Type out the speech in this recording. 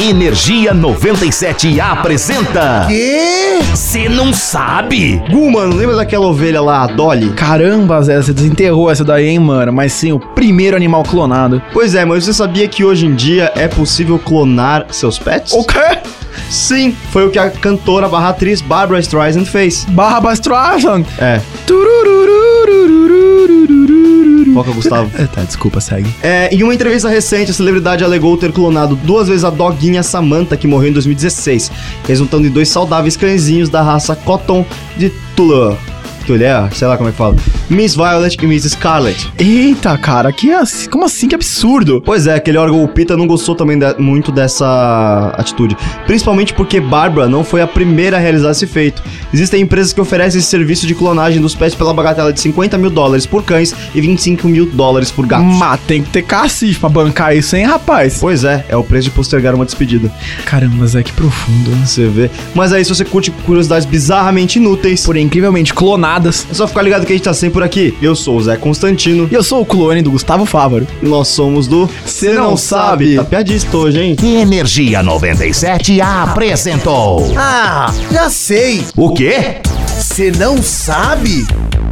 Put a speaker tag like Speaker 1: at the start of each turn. Speaker 1: Energia 97 apresenta.
Speaker 2: Quê?
Speaker 1: Você não sabe?
Speaker 2: Gu, mano, lembra daquela ovelha lá, a Dolly?
Speaker 3: Caramba, Zé, você desenterrou essa daí, hein, mano? Mas sim, o primeiro animal clonado.
Speaker 2: Pois é, mas você sabia que hoje em dia é possível clonar seus pets?
Speaker 3: quê?
Speaker 2: Sim, foi o que a cantora barra atriz Barbara Streisand fez.
Speaker 3: Barra Bastrasand.
Speaker 2: É,
Speaker 3: Turururururururururu.
Speaker 2: foca, Gustavo.
Speaker 3: É, tá, desculpa, segue.
Speaker 2: É, em uma entrevista recente, a celebridade alegou ter clonado duas vezes a doguinha Samantha, que morreu em 2016, resultando em dois saudáveis cãezinhos da raça Cotton de Tula. Tulé, sei lá como é que fala. Miss Violet e Miss Scarlet.
Speaker 3: Eita, cara, que assim, como assim? Que absurdo.
Speaker 2: Pois é, aquele órgão Pita não gostou também de- muito dessa atitude. Principalmente porque Barbara não foi a primeira a realizar esse feito. Existem empresas que oferecem esse serviço de clonagem dos pets pela bagatela de 50 mil dólares por cães e 25 mil dólares por gatos.
Speaker 3: Mas tem que ter cacife pra bancar isso, hein, rapaz?
Speaker 2: Pois é, é o preço de postergar uma despedida.
Speaker 3: Caramba, Zé, que profundo. né?
Speaker 2: Você vê. Mas aí, se você curte curiosidades bizarramente inúteis,
Speaker 3: Porém, incrivelmente clonadas.
Speaker 2: é só ficar ligado que a gente tá sempre por aqui. Eu sou o Zé Constantino
Speaker 3: E eu sou o clone do Gustavo Fávaro.
Speaker 2: e nós somos do
Speaker 3: Cê Não Sabe.
Speaker 2: Tá piadista hoje, hein?
Speaker 1: Energia 97 apresentou.
Speaker 4: Ah, já sei.
Speaker 1: O quê?
Speaker 4: Você não sabe?